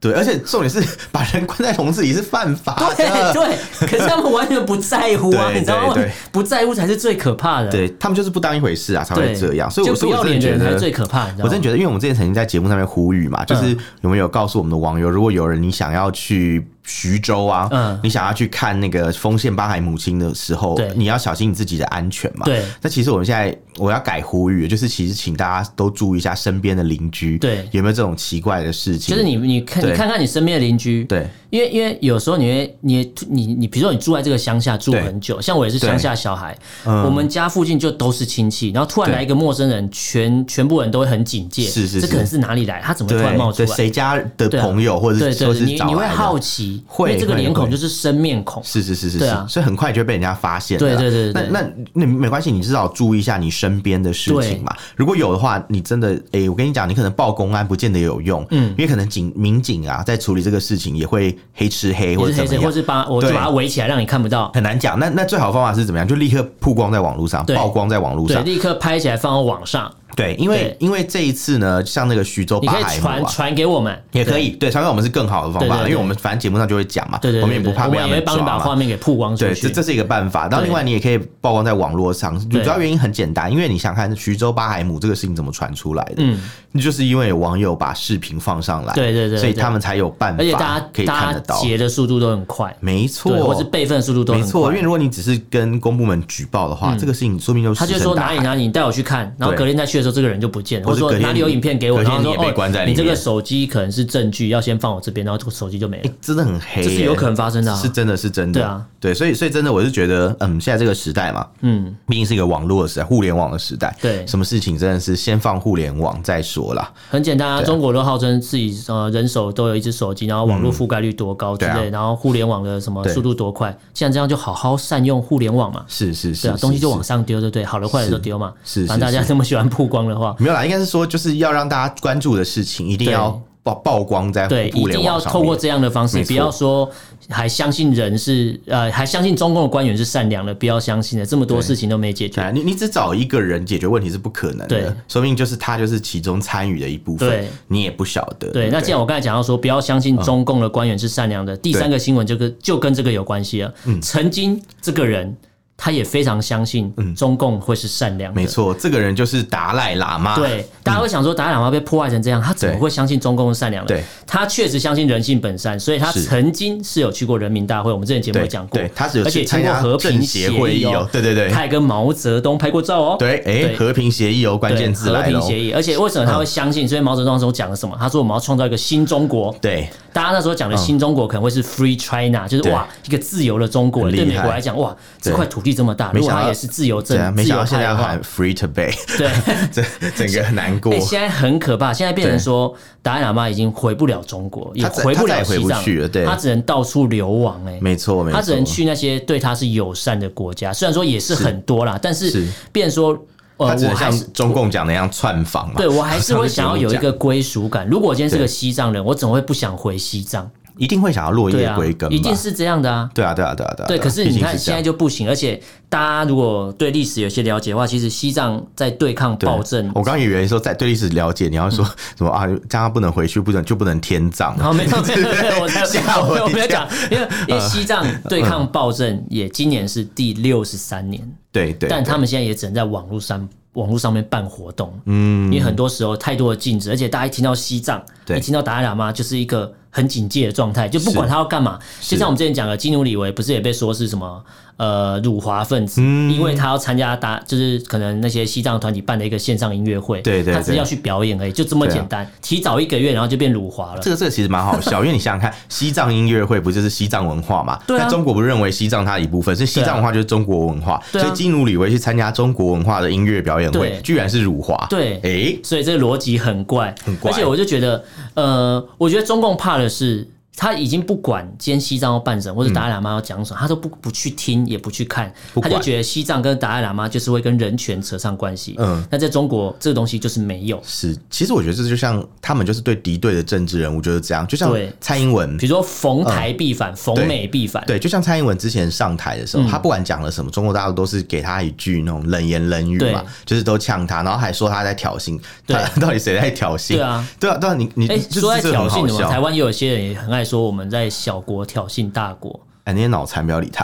对，而且重点是把人关在笼子里是犯法的。对对，可是他们完全不在乎啊，对你知道吗对对？不在乎才是最可怕的。对他们就是不当一回事啊，才会对，这样。所以我就所以不要我真脸的觉的人才得是最可怕，你知道吗？我真的觉得，因为我们之前曾经在节目上面呼吁嘛，嗯就是有没有告诉我们的网友，如果有人你想要去徐州啊，嗯你想要去看那个丰县八海母亲的时候对，你要小心你自己的安全嘛。对那其实我们现在我要改呼吁，就是其实请大家都注意一下身边的邻居，对有没有这种奇怪的事情？就是你，你看，对你看看你身边的邻居，对因为因为有时候你会，你你你，比如说你住在这个乡下住对嗯很久，像我也是乡下小孩，我们家附近就都是亲戚，然后突然对来一个陌生人，全全部人都会很警戒，是是这是个人是哪里来？他怎么会突然冒对对，出来？谁家的对啊朋友或者对是对都对，是你找你会来的好奇，因会为这个会脸孔会就是生面孔，是是是是是，对啊所以很快就会被人家发现的啦。对对对对那那那没关系，你至少注意一下你身边的事情嘛。如果有的话，你真的，诶，我跟你讲，你可能报公安不见得有用，嗯，因为可能警民警啊，在处理这个事情也会黑吃黑就或是者黑怎色，么或样。是把我就对把它围起来，让你看 (laughs) 不到，很难讲，那那最好的方法是怎么样？就立刻曝光在网络上，对曝光在网络对，上。立刻拍起来放到网上，对，因为对因为这一次呢，像那个徐州你八可以海传姆啊，传给我们，也可以对，传给我们是更好的方对法，对对因为我们反正节目上就会讲嘛，对对对，我们也不怕对被对我人们也家会帮你把抓嘛画。面给曝光出对，去，这这是一个办法。然后对另外，你也可以曝光在网络上。主对要原因很简单，因为你想看徐州八海姆这个事情怎么传出来的，嗯，就是因为有网友把视频放上来，对对对对所以他们才有办法，而且大家可以看大得家到。截的速度都很快，没对，或是错，备份速度都没很错。因为快。嗯如果你只是跟公部门举报的话，这个事情说不定就他就石沉说大哪里海哪里，你带我去看，然后对隔天再去的时候，这个人就不见了，或或者者说隔天哪里有影片给我，隔天然后说你也被关在哦，里面你这个手机可能是证据，要先放我这边，然后这个手机就没了，哎真的很黑、这是有可能发生的啊是真的是真的，对啊，对，所以所以真的我是觉得，嗯，现在这个时代嘛，嗯，毕竟是一个网络的时代，互联网的时代，对什么事情真的是先放互联网再说啦。很简单啊。对啊中国都号称自己呃人手都有一只手机，然后网络覆盖率多高嗯之对啊类，然后互联网的什么对速度多快，像这样就好好善用互联网嘛，是是是对啊，是东西就是往上丢，对不对？好的坏的都丢嘛，是是反正大家是这么喜欢曝光的话，没有啦，应该是说就是要让大家关注的事情，一定要曝曝光在对，互一联定网要上面。透过这样的方式没，错不要说还相信人是呃，还相信中共的官员是善良的，不要相信的，这么多事情都没解对决。啊，你你只找一个人解决问题是不可能对的，说不定就是他就是其中参与的一部分对，你也不晓得。对，那既然我刚才讲到说，不要相信嗯中共的官员是善良的，第三个新闻就跟就跟这个有关系了。嗯曾经这个人他也非常相信中共会是善良嗯的，没。错，这个人就是达赖喇嘛。对，大家会想说，达赖喇嘛被破坏成这样，他怎么对会相信中共是善良的？对，他确实相信人性本善，所以他是曾经是有去过人民大会，我们之前节目有对，讲过对，，他是有而且去参经加过和政平协协会议哦，对对对他，还跟毛泽东拍过照哦。对，哎，对和平协议哦，关对，键字和来平了哦，协议，而且为什么他会相信？所以毛泽东那时候讲了什么？他说我们要创造一个新中国。对，大家那时候讲的新中国可能会是 Free China，就嗯是对哇一个自由的中国。很厉对害美国来讲，哇这块土地这么大，没如想果到它也是自由对啊，政、没自想由到现派在要的话喊，free to (laughs) bay，对。整整个很难过哎，。现在很可怕，现在变成说达赖喇嘛已经回不了中国，也他再回不他再了也回西不藏去了对他只能到处流亡。哎，没错，没错，他只能去那些对他是友善的国家，虽然说也是很多啦，但是是变成说，呃，他只我能还是像中共讲的那样窜访嘛。对我还是会想要有一上次节个目归属感。如果我今天是对个西藏人，我怎么会不想回西藏？讲，一定会想要落对叶啊归根，嘛。一定是这样的啊。对啊，对啊，对啊，对啊。对，可是毕你竟看这现样在就不行，而且大家如果对历史有些了解的话，其实西藏在对抗对暴政， (laughs) 我刚刚以为说在对历史了解，你要说什么啊？这样不能回去，不能就不能天葬。嗯然后没有没有 (laughs) 没有，我在吓我一跳嗯我没有讲，因为因为西藏对抗暴政也今年是第六十三年，对对，但他们现在也只能在网络上网络上面办活动，嗯，因为很多时候太多的禁止，而且大家一听到西藏，对一听到达赖喇嘛，就是一个很警戒的状态，就不管他要干嘛。就像我们之前讲的，基努里维不是也被说是什么呃辱华分子，嗯因为他要参加达，就是可能那些西藏团体办的一个线上音乐会，对对他只对是要去表演而已，就这么对啊简单，提早一个月然后就变辱华了这。个这个其实蛮好笑，因为你想想看，西藏音乐会不就是西藏文化嘛？对啊啊那中国不认为西藏它的一部分，所以西藏文化就是中国文化。对啊所以基努里维去参加中国文化的音乐表演会对，居然是辱华。对哎，所以这个逻辑很怪，很怪而且我就觉得，呃，我觉得中共怕的是他已经不管今天西藏要办什嗯么，或者达赖喇嘛要讲什么，他都不不去听，也不去看，不他管就觉得西藏跟达赖喇嘛就是会跟人权扯上关系。嗯嗯，那在中国这个东西就是没有。是，其实我觉得这就像他们就是对敌对的政治人物就是这样，就像对蔡英文比，如说逢台必反，逢美必反，嗯对，就像蔡英文之前上台的时嗯候，他不管讲了什么，中国大陆都是给他一句那种冷言冷语对嘛，就是都呛他，然后还说他在挑衅，对他到底谁在挑衅？对啊，对啊，对啊，你你哎、就是说在这个挑很衅好的嘛，笑台湾也有些人也很爱说我们在小国挑衅大国。哎，那些脑残不要理 (laughs) 他。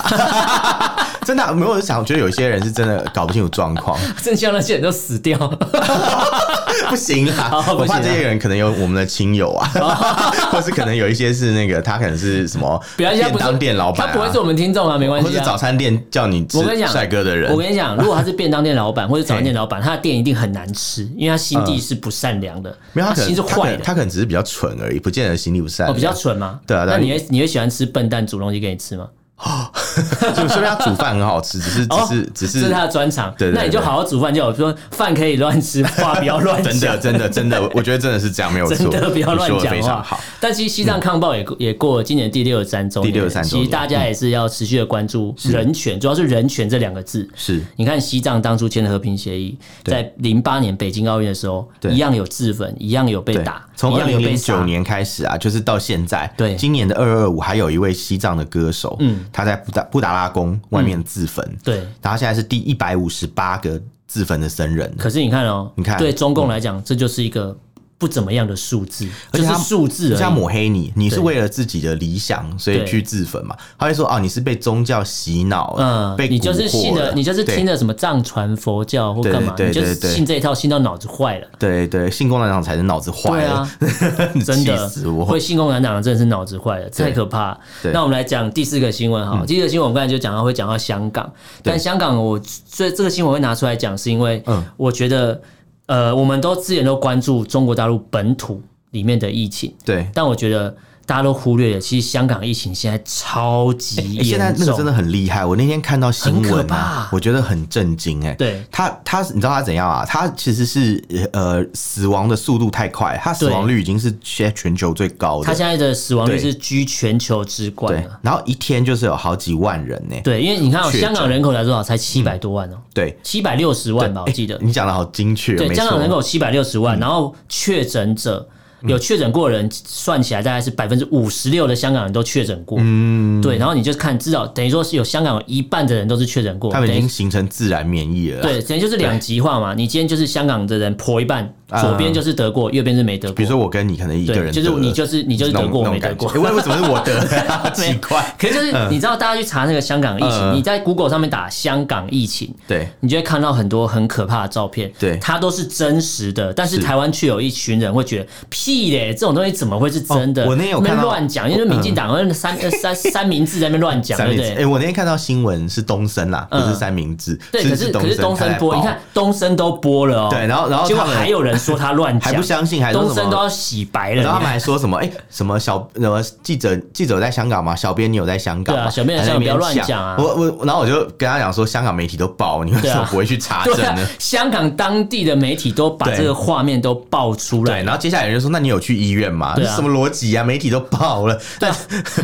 真的啊、没有我就想，我觉得有一些人是真的搞不清楚状 (laughs) 况，真希望那些人都死掉。不行啦，好我不行怕啊哦这些人可能有我们的亲友啊， (laughs) 或是可能有一些是那个他可能是什么不要， (laughs) 便当店老板、 (laughs) 他啊，不会是我们听众啊，没关或系是早啊。餐店叫你吃我跟你讲帅哥的人我，跟你讲，如果他是便当店老板或者早餐 (laughs) 店老板，他的店一定很难吃，因为他心地是不善良的，嗯没有他可能心是他可坏能的，他可能只是比较蠢而已，不见得心地不善哦，良，比较蠢嘛。对啊对啊那你会你会喜欢吃笨蛋煮东西给你吃吗？ (laughs) 就说明他煮饭很好吃，只是只哦是只这是是他的专长。对对对那你就好好煮饭就好，说饭可以乱吃，话不要乱 (laughs) 真的讲。真的真的，我觉得真的是这样，没有错， (laughs) 真的不要你乱说得讲非话常好。。但其实西藏抗暴也过也过了今年第六十三周年，第63周其年实大家也是要持续的关注人权，主要是人权这两个字。是你看西藏当初签的和平协议，对在零八年北京奥运的时候，对一样有自焚，一样有被对打，，从一二样零有被零杀九。年开始啊，就是到现在，对今年的二二五还有一位西藏的歌手，嗯，他在布达布达拉宫外面自焚，嗯对然后他现在是第一百五十八个自焚的僧人，可是你看哦，你看嗯对中共来讲，这就是一个不怎么样的数字，而就且是他数字而像已。抹黑你，你是对为了自己的理想，所以对去自焚嘛？他会说哦，你是被宗教洗脑了，嗯被，你就是蛊惑信了，你就是对听了什么藏传佛教或干嘛，对对你就对是对信这一套，信到脑子坏了。对对，性功能党才是脑子坏对了啊， (laughs) 你真气的死我会！信共产党的真的是脑子坏了，对太可怕了对。嗯那我们来讲第四个新闻哈，第四个新闻我们刚才就讲到会讲到香港，但香港我最这个新闻会拿出来讲，是因为嗯我觉得呃，我们都之前都关注中国大陆本土里面的疫情，对，但我觉得大家都忽略了，其实香港疫情现在超级欸现在严那个真的重，很厉害，我那天看到新很可闻啊怕，我觉得很震惊哎、对他他，你知道他怎样啊？他其实是呃死亡的速度太快，他死对亡率已经是现在全球最高他的。现在的死亡率对是居全球之冠对啊。，然后一天就是有好几万人呢、对，因为你看哦确诊嗯香港人口来多少，才七百多万哦，对，七百六十万吧，我记得。你讲的好精确，对，没香港人错，嗯口七百六十万，然后确诊者有确诊过的人算起来大概是百分之五十六的香港人都确诊过，嗯，对，然后你就看至少等于说是有香港有一半的人都是确诊过，他们已等于经形成自然免疫了。，对，等于就是两极化嘛。你今天就是香港的人破一半，左边就是德国，右边是没德啊国。比如说我跟你可能一个人对，得了，就是你就是你就是那德种国，我那没种德感觉国。欸为为什么是我得？ (laughs) (laughs) 奇怪，可是就是你知道，大家去查那个香港疫嗯情，你在 Google 上面打香港疫情，对，你就会看到很多很可怕的照片，对它都是真实的，但是台湾却有一群人会觉得屁嘞，这种东西怎么会是真的？哦我那天有边看到哦嗯乱讲，因为民进党那三呃三三明治在那边乱讲， (laughs) 三对明不治。哎、对？我那天看到新闻是东升啦，不是嗯三明治，对，可是可是东他升在播，你报看东升都播了哦，对然后然后结果他们还有人说他乱还讲，不相信，还说东什升么都要洗白了，然后他你们看还说什么？哎、什么小什么记者记者在香港嘛，小编你有在香港吗？对啊小编有还在香那边港不要乱讲啊我我，然后我就跟他讲说，香港媒体都报， (laughs) 你为对什啊么不会去查证 (laughs) 对啊呢？，香港当地的媒体都把对这个画面都爆出对，来，然后接下来人就说，那你有去医院吗？对这啊什么逻辑啊？媒体都报了， (laughs) 但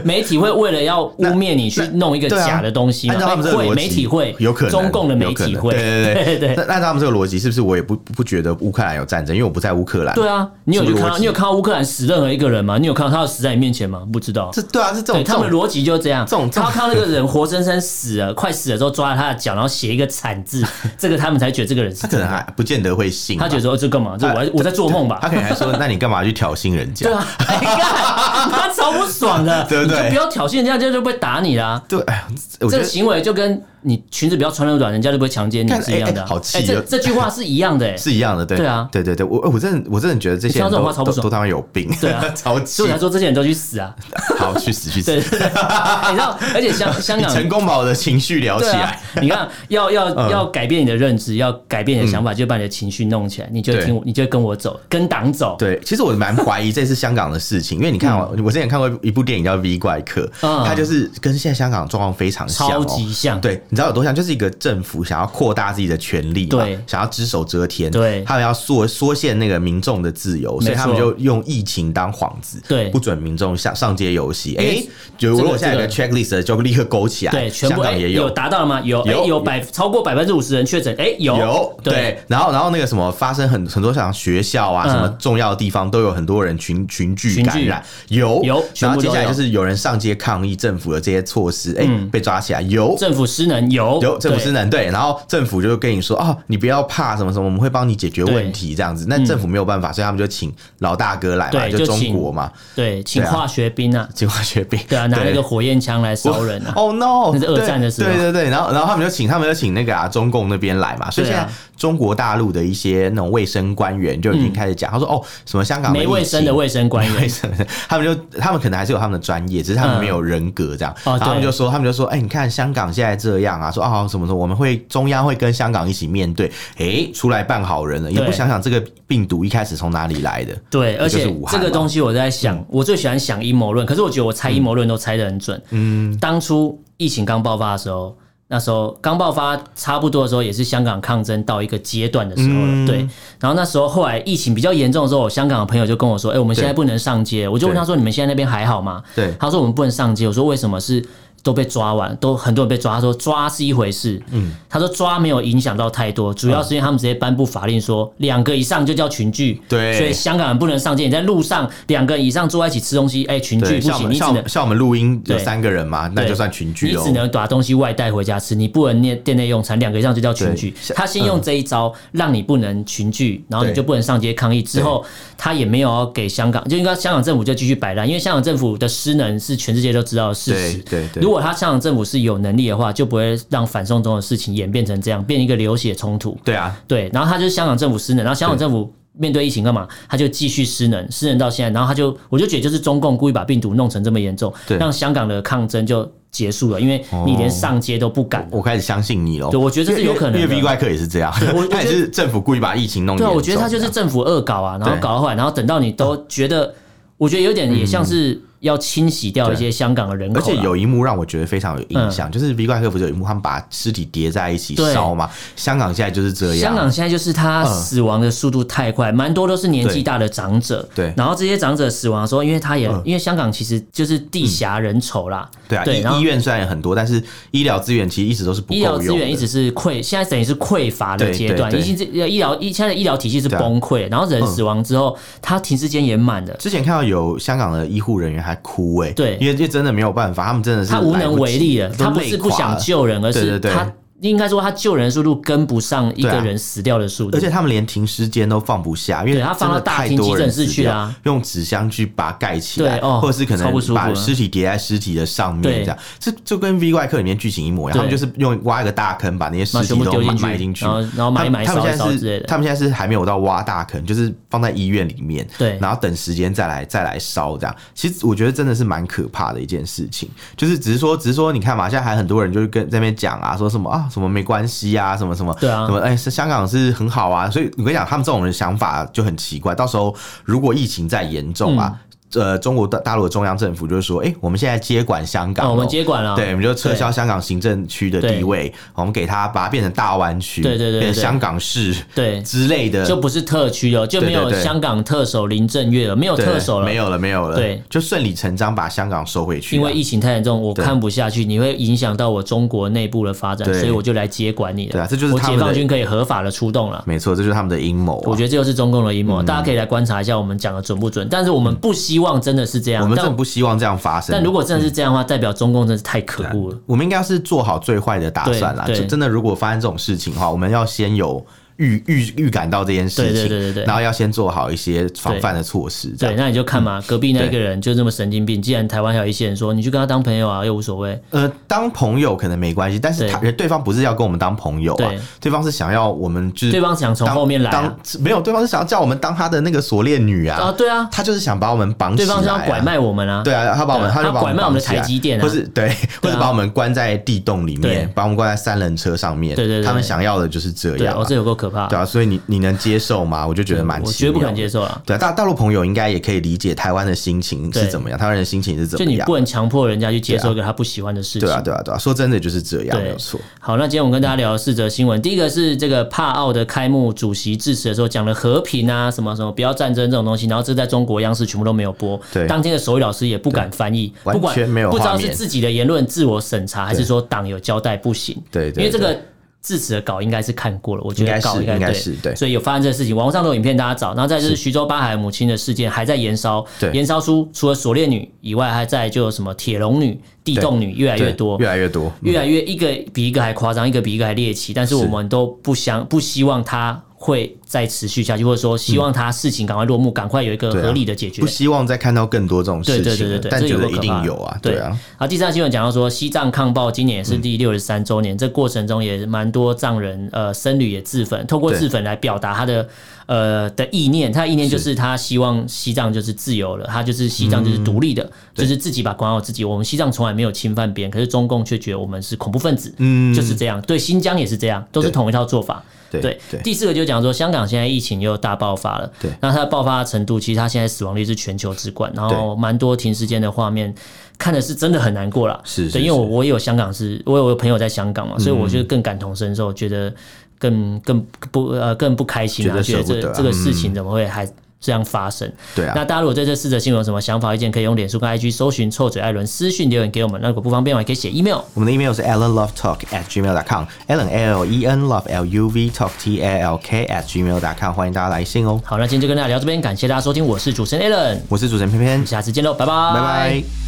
媒体会为了要污蔑你去弄一个对啊假的东西嘛？哎按照他们这个逻会辑，媒体会，有可能中共的媒有可体能会，对对对那那按照他们这个逻辑，是不是我也不不觉得乌克兰有战争？因为我不在乌克兰。对啊，你有什去么看逻到辑你有看到乌克兰死任何一个人吗？你有看到他有死在你面前吗？不知道。这对啊，是这种对他们的这种逻辑就是这样，这种这他种要看到那个人活生生死了，快死了之后抓着他的脚，然后写一个惨 (laughs) 字，这个他们才觉得这个人是他可能还不见得会信吧。他觉得说哦这干嘛？这我在他我在做梦吧他？可能还说，那你干嘛去挑衅人家对？啊， (laughs) 哎干他超不爽的， (laughs) 对不对你就不要挑衅人家，人家就不会打你啦。对，哎呀，我觉这得个行为就跟你裙子不要穿那么短，人家就不会强奸你看是一样的哎啊。哎好气哎这哦这句话是一样的，哎，是一样的，对对啊对对对，我我真的我真的觉得这些人你听到这都种话超不都爽都他妈有病，对啊 (laughs) 超气所以，我才说这些人都去死 (laughs) 啊！好去死去死对，，对对哎你知道，而 (laughs) 且香香你港成功把我的情绪聊起对啊来，，嗯你 (laughs) 看，要要要改变你的认知，要改变你的想法，就把你的情绪弄起来，你就会对听我，你就会跟我走，跟党走。对，其实我蛮怀疑这次香港的事情，因为你看哦，我之前看过一部电影叫《V 怪客》，嗯它就是跟现在香港状况非常像哦，超级像对，你知道有多像，就是一个政府想要扩大自己的权力嘛对，想要只手遮天，对他们要缩缩限那个民众的自由，所以没错他们就用疫情当幌子，对不准民众上上街游戏。为哎，就如这个果现在有个这 checklist 就立刻勾起来，对，全香部港哎也有达到了吗？有哎有有百超过百分之五十人确诊，哎有有对，然后然后那个什么发生很很多像学校啊、嗯什么重要的地方都有很多人群群聚群聚感染，有有全然部后都接下来有嗯就是有人上街抗议政府的这些措施，哎、被抓起来，有政府失能有有政府失能能对，然后政府就跟你说哦，你不要怕什么什么，我们会帮你解决问题这样子，那政府没有办法，所以他们就请老大哥来嘛，嗯对就就中请国嘛， (laughs) 对，请对啊化学兵啊，计划学兵对啊，拿那对个火焰枪来烧人啊，哦 no！ (laughs) 那是二战的时候对对对，然后然后他们就请他们就请那个啊中共那边来嘛，所以对现啊在中国大陆的一些那种卫生官员就已经开始讲，他说哦什么香港的嗯没卫生的疫情卫生官员卫，生的， (laughs) 他们就他们可能还是有他们的专业，只是他们没有人格这样。嗯哦然后他们对就说，他们就说，哎、你看香港现在这样啊，说啊什么什么，我们会中央会跟香港一起面对，哎、出来扮好人了，也对不想想这个病毒一开始从哪里来的。 (laughs) 对，而就是且武汉这个嘛嗯东西我在想，我最喜欢想阴谋论，可是我觉得我猜阴谋论都猜得很准。嗯，当初疫情刚爆发的时候，那时候刚爆发差不多的时候，也是香港抗争到一个阶段的时候了。嗯对，然后那时候后来疫情比较严重的时候，我香港的朋友就跟我说：“哎、我们现在不能上街。”我就问他说：“你们现在那边还好吗？”对他说：“我们不能上街。”我说：“为什么是？”都被抓完，都很多人被抓。他说抓是一回事，嗯，他说抓没有影响到太多，主要是因为他们直接颁布法令说两个以上就叫群聚，对所以香港人不能上街，你在路上两个人以上坐在一起吃东西，哎、群聚对，不像我行，们你只像我能们。像我们录音有对三个人嘛，那对就算群你聚哦。只能把东西外带回家吃，你不能店店内用餐，两个以上就叫群聚对。像他先用这一招，让你不能群聚，然后你对就不能上街抗议。之后他也没有要给香港，就应该香港政府就继续摆烂，因为香港政府的失能是全世界都知道的事实。对对对如果他香港政府是有能力的话，就不会让反送中的事情演变成这样，变一个流血冲突。对啊，对，然后他就是香港政府失能，然后香港政府面对疫情干嘛？他就继续失能，失能到现在，然后他就我就觉得就是中共故意把病毒弄成这么严重，对让香港的抗争就结束了，因为你连上街都不敢了。我开始相信你了。对我觉得这是有可能的因为因为 B 怪客也是这样我我，他也觉得是政府故意把疫情弄对啊，严我觉得他重就是政府恶搞啊，然后对搞到后来，然后等到你都觉得，我觉得有点也像是要清洗掉一些香港的人而口啦，且有一幕让我觉得非常有印象，就是 V 怪客不是有一幕他们把尸体叠在一起对烧嘛？香港现在就是这样，香港现在就是他嗯死亡的速度太快，蛮多都是年纪大的长者。对然后这些长者死亡的时候，因为他也、嗯因为香港其实就是地狭人稠啦，对啊，对，然医后医院虽然有很多，但是医疗资源其实一直都是不够医用疗的。资源一直是匮，现在等于是匮乏的对阶段，对已对经这医疗医现在的医疗体系是对啊崩溃，然后人死亡之后，他停尸间也满了。之前看到有香港的医护人员还哭哎、对因为因为真的没有办法，他们真的是他无能为力了来，及他不是不想，救人，而对是对对他应该说他救人速度跟不上一个人死掉的速都累垮了度而。且他们连停尸间都放不下，因为对他放到真的太大厅多人急诊室去啊死掉，用纸箱去把它盖起来，对哦或者是可超能不舒服把了尸体叠在尸体的上面对这样，这就跟 V 怪客里面剧情一模一样，对他们就是用挖一个大坑把那些尸然后体全部都丢进埋去埋进去，然后然他后埋一们埋他们烧一现烧在之类是，的他们现在是还没有到挖大坑，就是放在医院里面，对然后等时间再来再来烧这样。其实我觉得真的是蛮可怕的一件事情，就是只是说，只是说，你看嘛，现在还很多人就是跟在那边讲啊，说什么啊，什么没关系啊，什么什么，对啊什么哎，是香港是很好啊，所以我跟你讲，他们这种人想法就很奇怪。到时候如果疫情再严重嗯啊。呃，中国大大陆的中央政府就是说，哎、我们现在接管香港、哦，哦，我们接管了，对，我们就撤销香港行政区的地位，我们给它把它变成大湾区，对对对对变成香港市对，之类的，就不是特区了，就没有对对对香港特首林郑月了，没有对特首了，没有了，没有了，对，就顺理成章把香港收回去啊，因为疫情太严重，我对看不下去，你会影响到我中国内部的发展，对所以我就来接管你了。对啊这就是我他解们的放军可以合法的出动了。没错，这就是他们的阴谋、啊。我觉得这就是中共的阴嗯谋，大家可以来观察一下我们讲的准不准。但是我们不希望真的是这样，我们真但的不希望这样发生。但如果真的是这样的话，代表中共真是太可恶了。我们应该要是做好最坏的打算啦。对就对真的，如果发生这种事情的话，我们要先有预预预感到这件事情，对对对对对然后要先做好一些防范的措施。这对，样，那你就看嗯嘛，隔壁那对个人就这么神经病。既然台湾还有一些人说你去跟他当朋友啊，又无所谓，呃，当朋友可能没关系，但是对他对方不是要跟我们当朋友啊对，对方是想要我们就是对方想从当后面来当啊，没有，对方是想要叫我们当他的那个锁链女啊啊，对啊，他就是想把我们绑起对来啊，方是要拐卖我们啊，对啊，他把我们，对啊他就把他拐卖我绑们的起来台积电啊或是对，或是把我们关在地洞里对面，把我们关在三轮车上面。对对对他们想要的就是这对，样啊。哦，这有够可可怕。对啊，所以你你能接受吗？我就觉得蛮我奇绝妙不的可能接受啊！对啊，大大陆朋友应该也可以理解台湾的心情是对怎么样，台湾人的心情是怎就么你样啊不。能强迫人家去接受一个他不喜欢的事情。对啊，对啊，对啊，说真的就是这样，对没有错。好，那今天我们跟大家聊了四则新闻。第一个是这个帕奥的开幕主席致辞的时候讲了和平啊，什么什么不要战争这种东西，然后这在中国央视全部都没有播。对当天的手语老师也不敢翻译，完不管全没有不知道画是面自己的言论自我审查，还是说党有交代不行。对对因为这个对。致辞的稿应该是看过了，我觉应该得是稿应该应该对，是对所以有发生这个事情，网络上都有影片，大家找。然后再就是徐州八海母亲的事件还在延烧，对延烧出除了锁链女以外，还在就有什么铁笼女、地洞女越来越对多，越来越多，嗯越来越一个比一个还夸张，一个比一个还猎奇，但是我们都不想不希望它会再持续下去，或者说希望它事情赶快落幕，赶快有一个嗯对啊合理的解决不。希望再看到更多这种对事对对情对了，对，但这觉有得够一可定怕有啊，对对啊，。好，第三新闻讲到说，西藏抗暴今年也是第六十三周年，这过程中也蛮多藏人呃僧侣也自焚，透过对自焚来表达他的呃的意念，他的意念就是他希望西藏就是自由了，他就是西藏就是独立的，就是自己把管好自己。我们西藏从来没有侵犯别人，可是中共却觉得我们是恐怖分子，嗯，就是这样。对新疆也是这样，都是对同一套做法。对对对，第四个就讲说，香港现在疫情又大爆发了。对那它的爆发程度，其实它现在死亡率是全球之冠，然后对蛮多停尸间的画面，看的是真的很难过啦。是是对，因为我是嗯我也有香港是，我有我有朋友在香港嘛，所以我就更感同身受，觉得更更不呃更不开心啊，觉觉得得舍不这得啊这个事情怎么会还这样发生？对啊那大家如果对这四则新闻有什么想法、意见，可以用脸书跟 IG 搜寻“臭嘴艾伦”私讯留言给我们。那如果不方便的话，也可以写 email。我们的 email 是 allenlovetalk at gmail.com，allen l e n love l u v talk t a l k at gmail.com，欢迎大家来信哦。好，那今天就跟大家聊这边，感谢大家收听，我是主持人 Alan，我我是主持人偏偏们，下次见喽，拜拜拜。